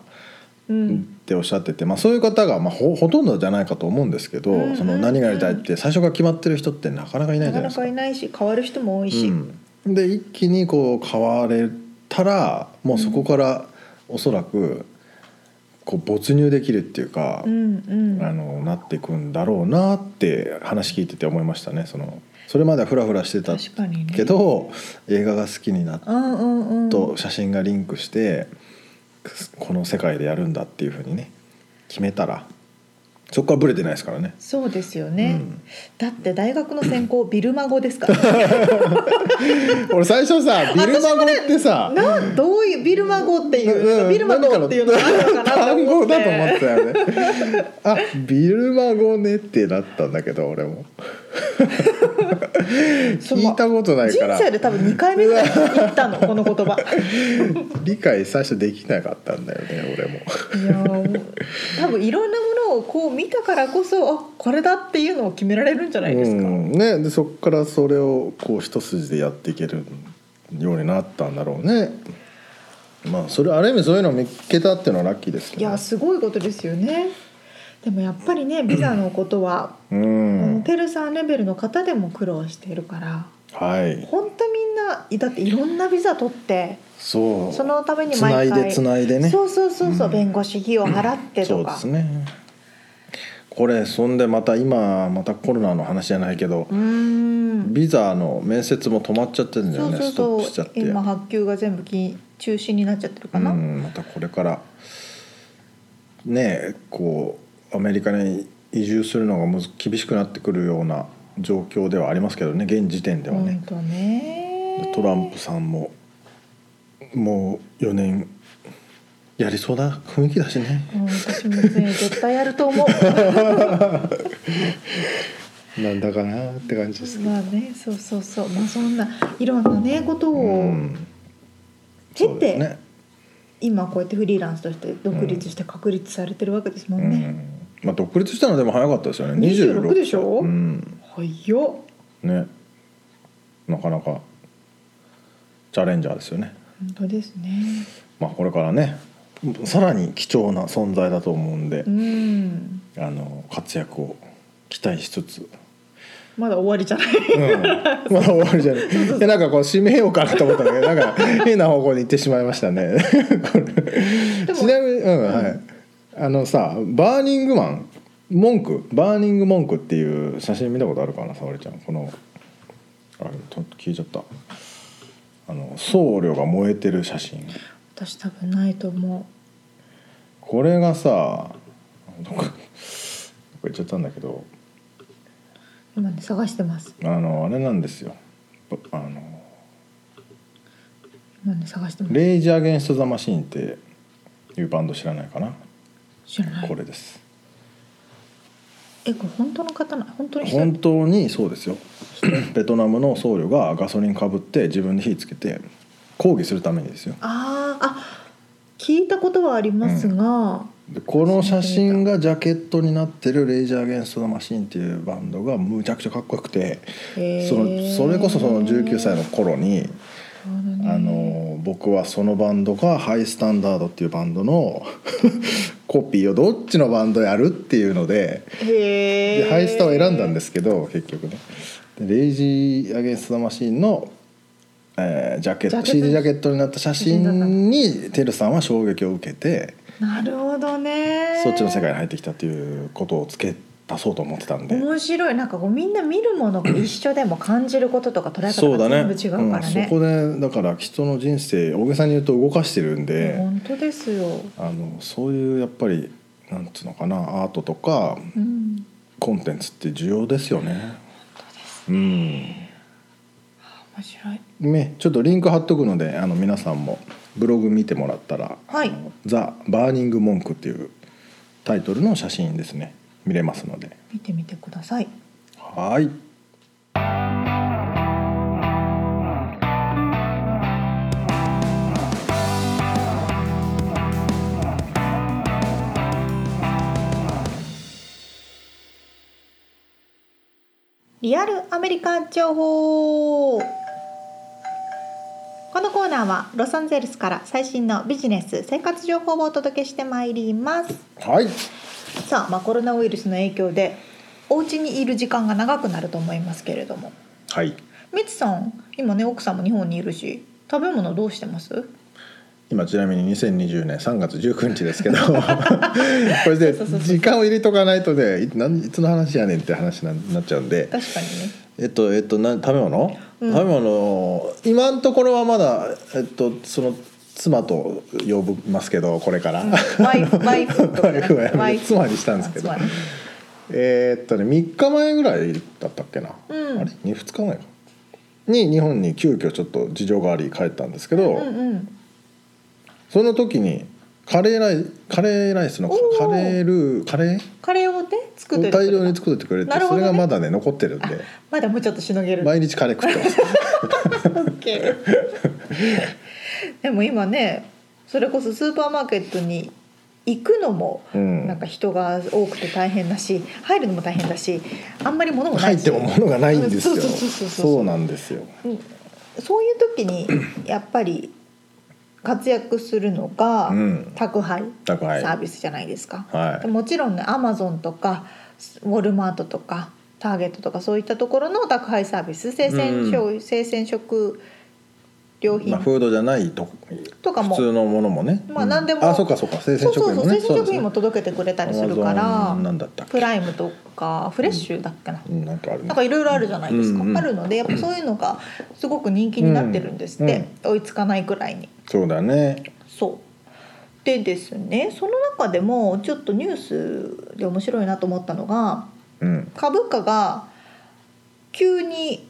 うんっておっしゃってて、まあ、そういう方が、まあ、ほほとんどじゃないかと思うんですけど、うんうんうんその何がやりたいって最初から決まってる人ってなかなかいないなじかゃないなですか。かいないし変わる人も多いし、うん、で一気にこう変われたらもうそこからおそらくこう没入できるっていうか、うんうんあのなっていくんだろうなって話聞いてて思いましたね。そのそれまではフラフラしてた確かにね。けど映画が好きになっうんうんうん。と写真がリンクしてこの世界でやるんだっていうふうにね決めたらそこからブレてないですからねそうですよね、うんだって大学の専攻ビルマ語ですから、 ね、俺最初さビルマ語ってさ、などういうビルマ語っていううんの、ビルマ語っていうのがあるのかなと単思語っだと思ってたよねあビルマ語ねってなったんだけど俺もそ聞のいたことないから人生で多分2回目ぐらい言った のこの言葉理解最初できなかったんだよね俺もいやー多分いろんなものをこう見たからこそあこれだっていうのを決められるんじゃないですか、うんね、でそこからそれをこう一筋でやっていけるようになったんだろうねまあそれある意味そういうのを見っけたっていうのはラッキーですけいど、ねや、すごいことですよねでもやっぱり ねビザのことは、うあのんペルさんレベルの方でも苦労しているからはい本当みんなだっていろんなビザ取ってそうそのためにつな毎い回でつないでねそうそうそうそう、うん弁護士費用払ってそとうでかすねこれそんでまた今またコロナの話じゃないけど、うーんビザの面接も止まっちゃってるんだそようねそうストップしちそゃうって今発給が全部き中止になっちゃってるかな、うん、またこれからねえこうアメリカに移住するのがむず厳しくなってくるような状況ではありますけどね現時点では本ね、当ねトランプさんももう4年やりそうな雰囲気だしねうん私もね絶対やると思 うなんだかなって感じですまあねそうそうそうまあそんないろんなねことを、うん経てそうですね今こうやってフリーランスとして独立して確立されてるわけですもうんね。んまあ、独立したのでも早かったですよね26 26でしょうん、はいよ。ねなかなかチャレンジャーですよね本当ですね。まあ、これからねさらに貴重な存在だと思うんでう、ん。あの活躍を期待しつつ、まだ終わりじゃない。うん、まあ終わりじゃないいやなんかこう締めようかなと思ったんだけどなんか変な方向に行ってしまいましたねこれでもちなみに、うんはい、あのさ「バーニングマン」文句バーニング文句っていう写真見たことあるかな沙織ちゃんこのあれと消えちゃったあの僧侶が燃えてる写真私多分ないと思これがさどこどこ行っちゃったんだけどう今ね探してますあのあれなんですよぼあの今ね探してますレイジー・アゲンスト・ザ・マシーンっていうバンド知らないかな、知らないこれですえこれ本当の方な本当に人本当にそうで すよベトナムの僧侶がガソリンかぶって自分で火つけて抗議するためにですよあーあ聞いたことはありますが、でこの写真がジャケットになってるレイジャー・ゲンスト・ザ・マシーンっていうバンドがむちゃくちゃかっこよくてへーそのそれこそその19歳の頃なにるほどねあの僕はそのバンドがハイスタンダードっていうバンドの コピーをどっちのバンドやるっていうのでへでハイスタを選んだんですすけど結局ねでレイジー・アゲンスト・ザ・マシーンの、えージャケッジャトケット CD ジャケットになった写真にテルさんは衝撃を受けてなるほどねそっちの世界に入ってきたっていうことをつけ出そうと思ってたんで面白いなんかこうみんな見るものが一緒でも感じることとか捉えそう方だがね全部違ううからん、そね,、こでだから人の人生大げさに言うと動かしてるんで。本当ですよ、あのそういうやっぱりなんつうのかなアートとかうん、コンテンツって重要ですよね。面白いうん、ねちょっとリンク貼っとくのであの皆さんもブログ見てもらったら「はいあのザ・バーニング・モンク」っていうタイトルの写真ですね見れますので。見てみてくださいはいリアルアメリカ情報このコーナーはロサンゼルスから最新のビジネス生活情報をお届けしてまいりますはいさあ、まあ、コロナウイルスの影響でお家にいる時間が長くなると思いますけれどもはいみつさん今ね奥さんも日本にいるし食べ物どうしてます今ちなみに2020年3月19日ですけど これでそうそうそう時間を入れとかないとねいなんいつの話やねんって話にななっちゃうんで確かにねえっとえっとな食べ物、うん食べ物今のところはまだえっとその妻と呼びますけどこれから、ワイワイフとかねワイフはやめてワイ妻にしたんですけどあ妻ねえーっとね3日前ぐらいだったっけな、うんあれ 2, 日前かに日本に急遽ちょっと事情があり帰ったんですけど、うんうんその時にカレーライカレーライスのおーカレールーカレーカレーをね作っといてくれ大た量に作ってくれて、なるほそどれねがまだね残ってるんで まだもうちょっとしのげる毎日カレー食ってます でも今ねそれこそスーパーマーケットに行くのもうんなんか人が多くて大変だし入るのも大変だしあんまり物もな入いっしても物がないんですそようそうそうそうそうなんですよそういう時 にやっぱり活躍するのがうん宅配宅配サービスじゃないですか。はいでもちろんねアマゾンとかウォルマートとかターゲットとかそういったところの宅配サービス生鮮商、生鮮食料品まあ、フードじゃないととかも普通のものもね、まあ何でもうんあそうかそうか生鮮そう食そう品そもうね生鮮食品も届けてくれたりするか Amazon なんらだったっけプライムとかフレッシュだっけな、うんなんかあるねなんかいろいろあるじゃないですか、うんうんあるのでやっぱそういうのがすごく人気になってるんですって、追いつかないくらいにそうだねそうでですねその中でもちょっとニュースで面白いなと思ったのがうん株価が急に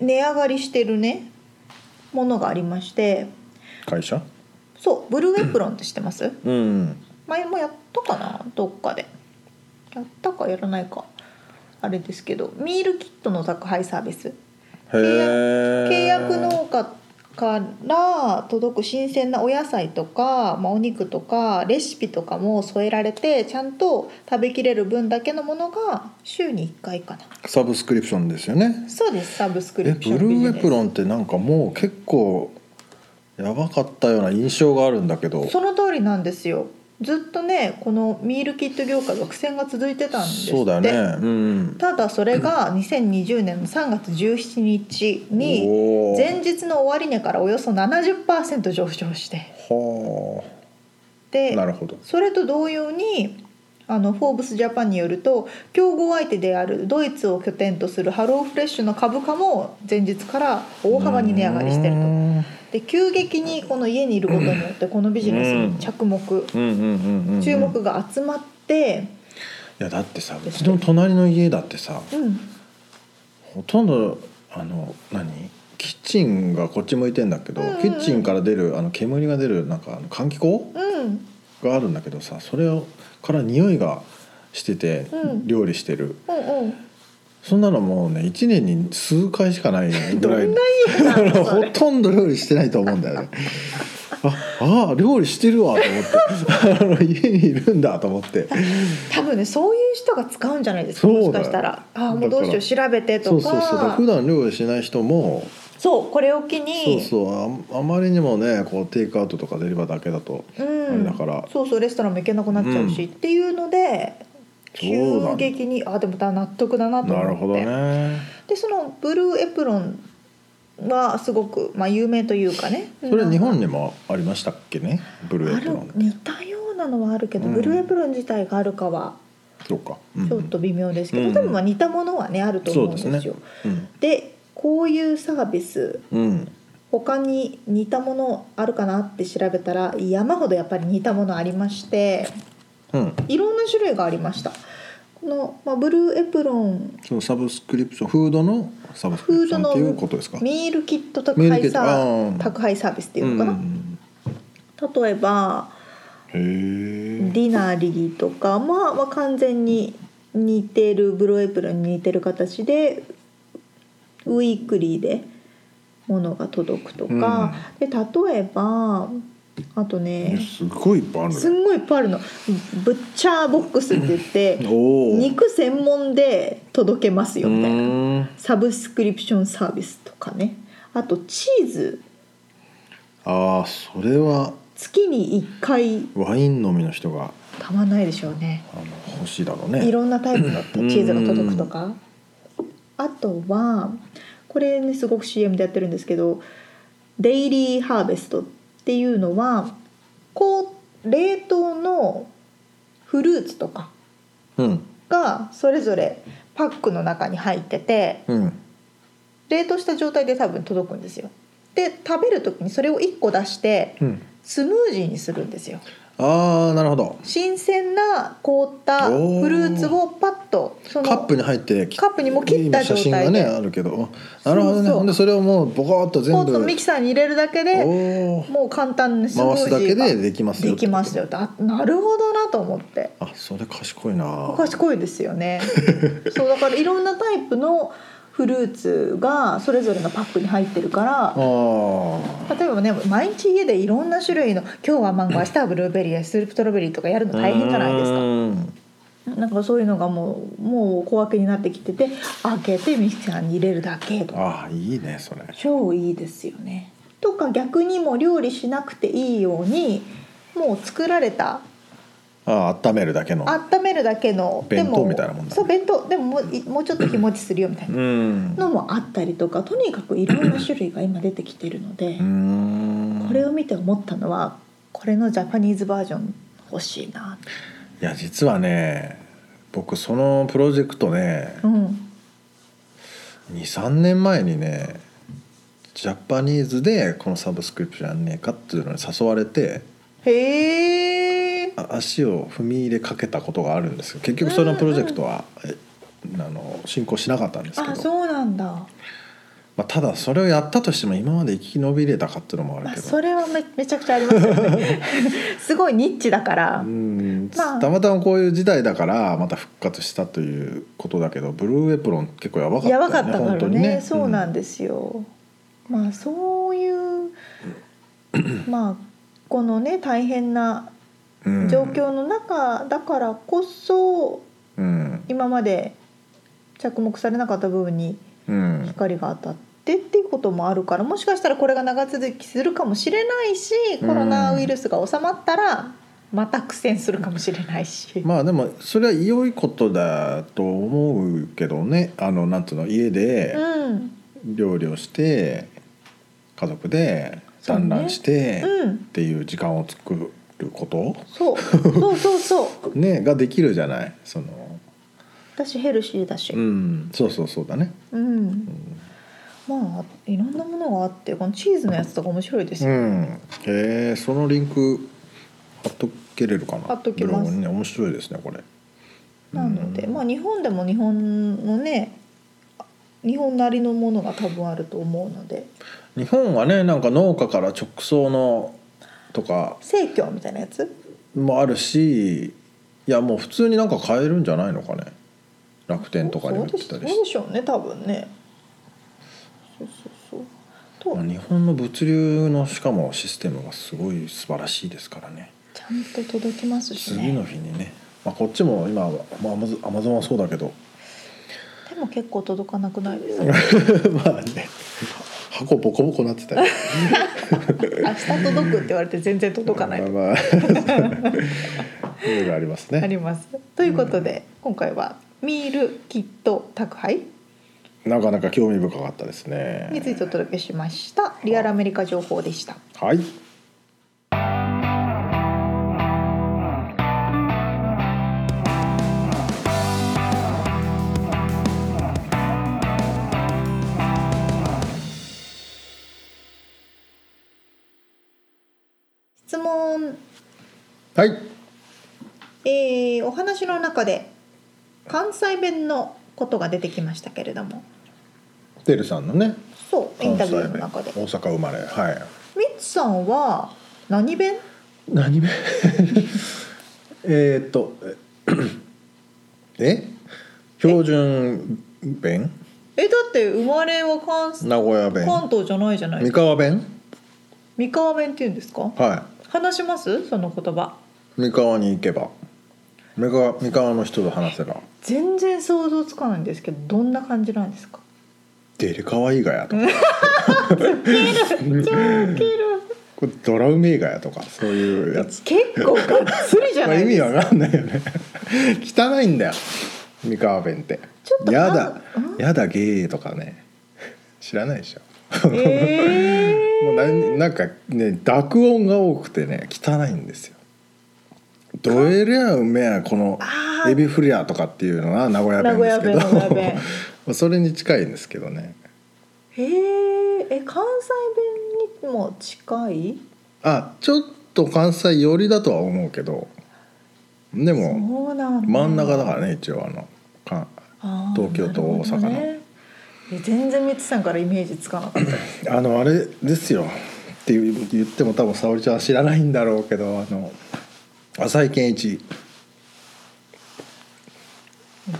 値上がりしてるねものがありまして会社そうブルーエプロンって知ってますうん前もやったかなどっかでやったかやらないかあれですけどミールキットの宅配サービスへえ契約農家から届く新鮮なお野菜とか、まあ、お肉とかレシピとかも添えられてちゃんと食べきれる分だけのものが週に1回かなサブスクリプションですよねそうですサブスクえリブプションルーエプロンンってなんかもう結構やばかったような印象があるんだけどその通りなんですよずっとねこのミールキット業界は苦戦が続いてたんですってそうだよねうんただそれが2020年の3月17日におー前日の終値からおよそ70%上昇してはであなるほどそれと同様にあのフォーブスジャパンによると競合相手であるドイツを拠点とするハローフレッシュの株価も前日から大幅に値上がりしてると。で急激にこの家にいることによってこのビジネスに着目うんうんうんうんうん注目が集まって、いやだってさうですちの隣の家だってさうん、ほとんどあの何キッチンがこっち向いてんだけど、うんうんキッチンから出るあの煙が出るなんかあの換気口うん、があるんだけどさそれをから匂いがしててうん料理してる、うん、うん。そんなのもうね1年に数回しかないぐどんらない家なのそほれ。とんど料理してないと思うんだよね。ああ料理してるわと思ってあの家にいるんだと思って多分ねそういう人が使うんじゃないですか。そうもしだよかしたら、ああもうだどかうらしよう調べてそとうそうそうだからか普、段料理しない人もそうこれを機そにう、そうああまりにもねこうテイクアウトとかデリバーだけだとうあん、れだからそうそうレストランも行けなくなっちゃうし、っていうのでそうな急んだ激にあでもだ納得だなと思っなてるほどねでそのブルーエプロンはすごく、まあ、有名というかねそれ日本ににもありましたっけねブルーエプロンある似たようなのはあるけど、うんブルーエプロン自体があるかはそうか、うんちょっと微妙ですけど、うん多分まあ似たものはねあると思うんですよ。そうですねうんでこういうサービスうん他に似たものあるかなって調べたら山ほどやっぱり似たものありましてうんいろんな種類がありました。この、まあ、ブルーエプロンそのサブスクリプションフードのサブスクリフープシドョンのっていうことですかミールキット宅ミール配キットサあーー宅配サービスっていうのかな、ん例えばうん、へデえィナーリリーとか、まあ、まあ完全に似てるブルーエプロンに似てる形でウィークリーで物が届くとか、で例えばあとねすごいいっぱいあるすねんごいいっぱいあるのブッチャーボックスって言っておお肉専門で届けますよみたいななサブスクリプションサービスとかねあとチーズああそれは月に1回ワイン飲みの人がたまんないでしょうねあの欲しいだろうねいろんなタイプのチうーんズが届くとかあとはこれねすごく CM でやってるんですけどデイリーハーベストっていうのはこう冷凍のフルーツとかうんがそれぞれパックの中に入っててうん冷凍した状態で多分届くんですよで食べる時にそれを1個出してうんスムージーにするんですよああなるほど新鮮な凍ったフルーツをパッとそのカップに入ってカップにも切った状態で今写真がねあるけどなるほどそうねそうほんでそれをもうボコッと全ポ部ッとミキサーに入れるだけでおーもう簡単にスムー回ジーすがだけでできますよできますよあなるほどなと思ってあそれ賢いな賢いですよ ねそうだからいろんなタイプのフルーツがそれぞれのパックに入ってるからあー例えばね毎日家でいろんな種類の今日は マンゴー明日はブルーベリーストロベリーとかやるの大変じゃないですうかーんなんかそういうのがもうもう小分けになってきてて開けてミキサーに入れるだけとかあーいいねそれ超いいですよねとか逆にもう料理しなくていいようにもう作られたあー温めるだけの温めるだけの弁当でみたいなもんだねそう弁当でももういもうちょっと日持ちするよみたいうなんのもあったりとかとにかくいろんな種類が今出てきてるのでうーんこれを見て思ったのはこれのジャパニーズバージョン欲しいな、いや実はね僕そのプロジェクトねうん、 23年前にねジャパニーズでこのサブスクリプションやんねえかっていうのに誘われてへえあ足を踏み入れかけたことがあるんですけど結局そのプロジェクトは、えあの進行しなかったんですけあど、そうなんだ、まあ、ただそれをやったとしても今まで生き延びれたかっていうのもあまあ、るけど、それはめめちゃくちゃありますよ ねすごいニッチだからうんまあたまたまこういう時代だからまた復活したということだけどブルーエプロン結構やばかったやよばねかったか本ら当ねにねそうなんでですよ、まあそういうまあこのね大変な状況の中だからこそうん今まで着目されなかった部分にうん光が当たってっていうこともあるからもしかしたらこれが長続きするかもしれないしコロナウイルスが収まったらまた苦戦するかもしれないし。まあでもそれは良いことだと思うけどねあのなんていうの家でうん料理をして家族でそうね団らんしてうっんていう時間を作ること、そうそうそうそうね、ができるじゃないその、私ヘルシーだしうん、そうそうそうだね。うん、まあいろんなものがあってこのチーズのやつとか面白いですうよ、ん、へえそのリンク貼っとけれるかな貼っときますブログにね面白いですねこれなのでまあ日本でも日本のね日本なりのものが多分あると思うので日本はねなんか農家から直送のとか生協みたいなやつもあるしいやもう普通になんか買えるんじゃないのかね楽天とかにそう売っでてすたそうりでしてしょうね多分ねそうそうそうとまあ日本の物流のしかもシステムがすごい素晴らしいですからねちゃんと届きますし次のね日にね、まあ、こっちも今は、まあ、アマゾンはそうだけど でも結構届かなくないですか まあね箱ボコボコなってたり明日届くって言われて全然届かないまあまあいろいろあ りますあね。りますということで今回はミールキット宅配なかなか興味深かったですね。についてお届けしましたリアルアメリカ情報でしたはい。質問はいえーお話の中で関西弁のことが出てきましたけれどもてるさんのね。そうインタビューの中で関西弁大阪生まれ。はい。みつさんは何弁何目えーっとえ？ 標準弁？えだって生まれは関名古屋弁？関東じゃないじゃない三河弁？三河弁って言うんですかは話しますその言葉い。三河に行けば。三河三河の人と話せば。全然想像つかないんですけどどんな感じなんですか出るかわいいがやとか。ウケるこれドラうめえがやとかそういうやつ。結構がっつりじゃまあな意いで味すかわかんないよね。汚いんだよ。三河弁って。ちょっとやだうん、やだゲーとかね。知らないでしょ。えもうなんなんかね濁音が多くてね汚いんですよ。どえりゃうめえやこのあーエビフリアとかっていうのは名古屋弁ですけど名古屋弁名古屋弁 まあそれに近いんですけどねー、えー、え関西弁にも近いあちょっと関西寄りだとは思うけどでもそうなんだ真ん中だからね一応あのかあー東京と大阪のなるほどねいや全然みつさんからイメージつかな かったですあのあれですよっていう言っても多分沙織ちゃんは知らないんだろうけどあの浅井健一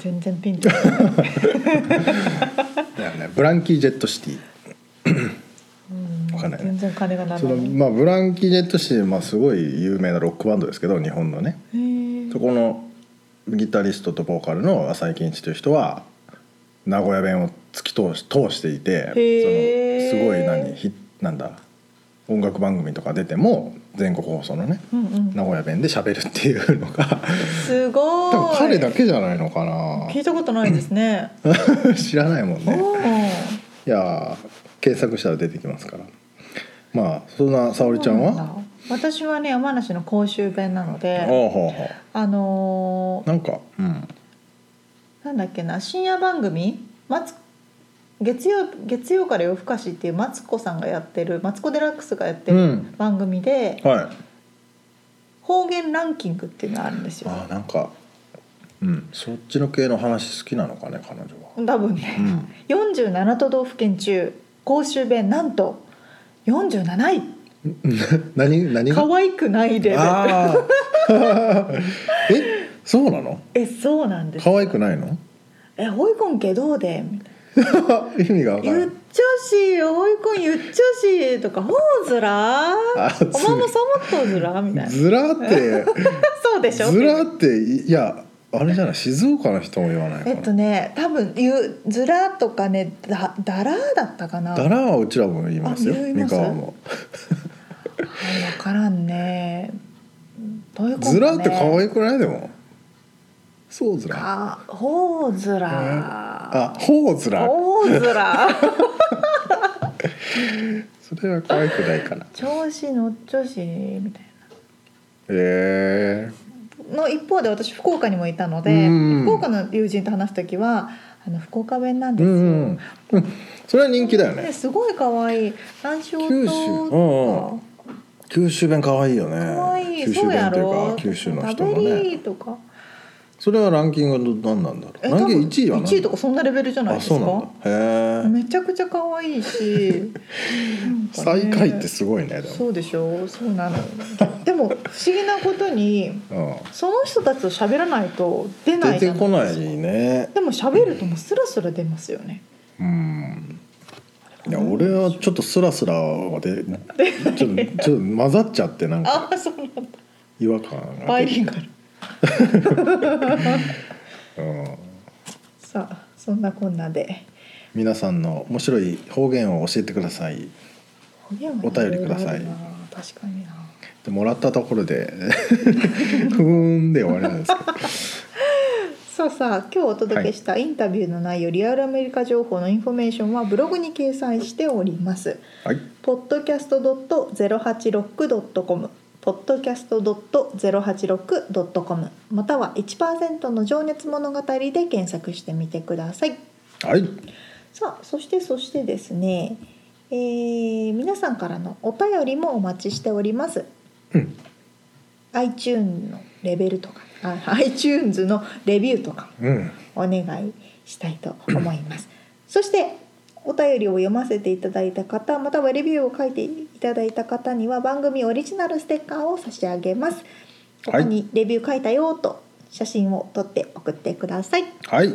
全然ピンとこないだよねブランキー・ジェット・シティうんわかんないね全然金がならそなのいまあ、ブランキー・ジェット・シティ、まあ、すごい有名なロックバンドですけど日本のねへーそこのギタリストとボーカルの浅井健一という人は名古屋弁を突き通し通していてへーそのすごい何ひなんだ音楽番組とか出ても全国放送のねうんうん名古屋弁で喋るっていうのがすごい多分彼だけじゃないのか聞いたことないですねな 知らないもんおねーいやー検索したら出てきますからまあそんな沙織ちゃんそうなはだ私はね山梨の甲州弁なのああでほうほうあのーなんか、うん、なんだっけな深夜番組マツ月曜月曜から夜更かしっていうマツコさんがやってるマツコ・デラックスがやってうるん番組で、はい。方言ランキングっていうのがあるんですよあーなんか、うん、そっちの系の話好きなのかね彼女は。多分うね、ん、 47都道府県中公衆弁なんと47何何位が可愛くないレベルあー えそうなの？えそうなんです可愛くないの？ えホイコンけどうでみたいな意味がわか言っる。ちょしホイコン言っちょしとかほうずらおあまずもさもっとずらみたい なずら ってそうでしょずらっていやあれじゃない静岡の人も言わないかえな。っとね多分言うずらとかねだだらだったかなだらはうちらも言いますよあ言い三ます河も。はいわからんねどういうことねずらって可愛くないでも。そうずら。あ、ほうずら。あほうずら。ほうずら。 それは可愛くないかな。調子のっちょしみたいえの一方で私福岡にもいたので、うん福岡の友人と話す時は「あの福岡弁なんうですよ」んうんそれは人気だよでねすごい可愛い南小九州うんう島ん九州弁可愛いよね可愛い九州そう弁やっていうろか九州の人食べがりねーとかそれはランキングの何なんだろうえランキング多分1位は何1位とかそんなレベルじゃないあですそうかなんだへえめちゃくちゃ可愛い しなんかね最下位ってすごいねでもそうでしょそうなのでも不思議なことにうその人たちと喋らないと出んな出いじてゃこないでなすかいねでも喋るともうスラスラ出ますよねうんいや俺はちょっとスラスラはでちょっとちょっと混ざっちゃってなんかああそうなんだ違和感がバイ出リてンガルうんさあそんなこんなで皆さんの面白い方言を教えてくださいお便お便りください確かになでもらったところで ふーんで終わりなんですけどさあさあ今日お届けしたインタビューの内容、リアルアメリカ情報のインフォメーションはブログに掲載しておりますはい、 podcast.086.com podcast.086.com または1%の情熱物語で検索してみてくださいはい、さあそしてそしてですね、えー皆さんからのお便りもお待ちしております、うん、 iTunes のレベルとかあ iTunes のレビューとかうんお願いしたいと思います。そしてお便りを読ませていただいた方またはレビューを書いていただいた方には番組オリジナルステッカーを差し上げます。ここはいにレビュー書いたよと写真を撮って送ってください。はい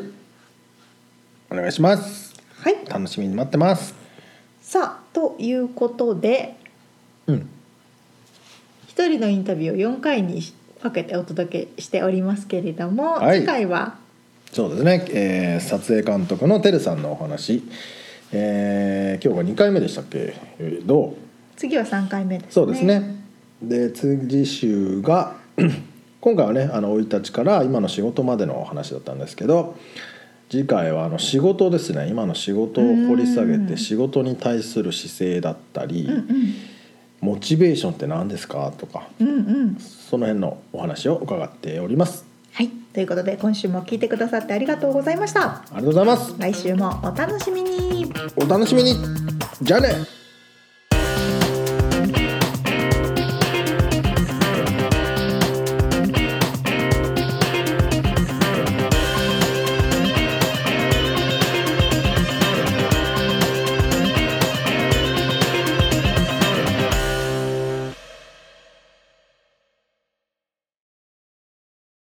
お願いしますはい。楽しみに待ってますさあということでうん一人のインタビューを4回に分けてお届けしておりますけれども、はい次回はそうですね、えー撮影監督のてるさんのお話、えー今日が2回目でしたっけえーどう次は3回目ですね。そうですね。で次週が 今回はねあの生い立ちから今の仕事までのお話だったんですけど次回はあの仕事ですね今の仕事を掘り下げうんて仕事に対する姿勢だったり、うんモチベーションって何ですかとかうんうんうん。その辺のお話を伺っております。はい、ということで今週も聞いてくださってありがとうございました。ありがとうございます。来週もお楽しみに。お楽しみにじゃあね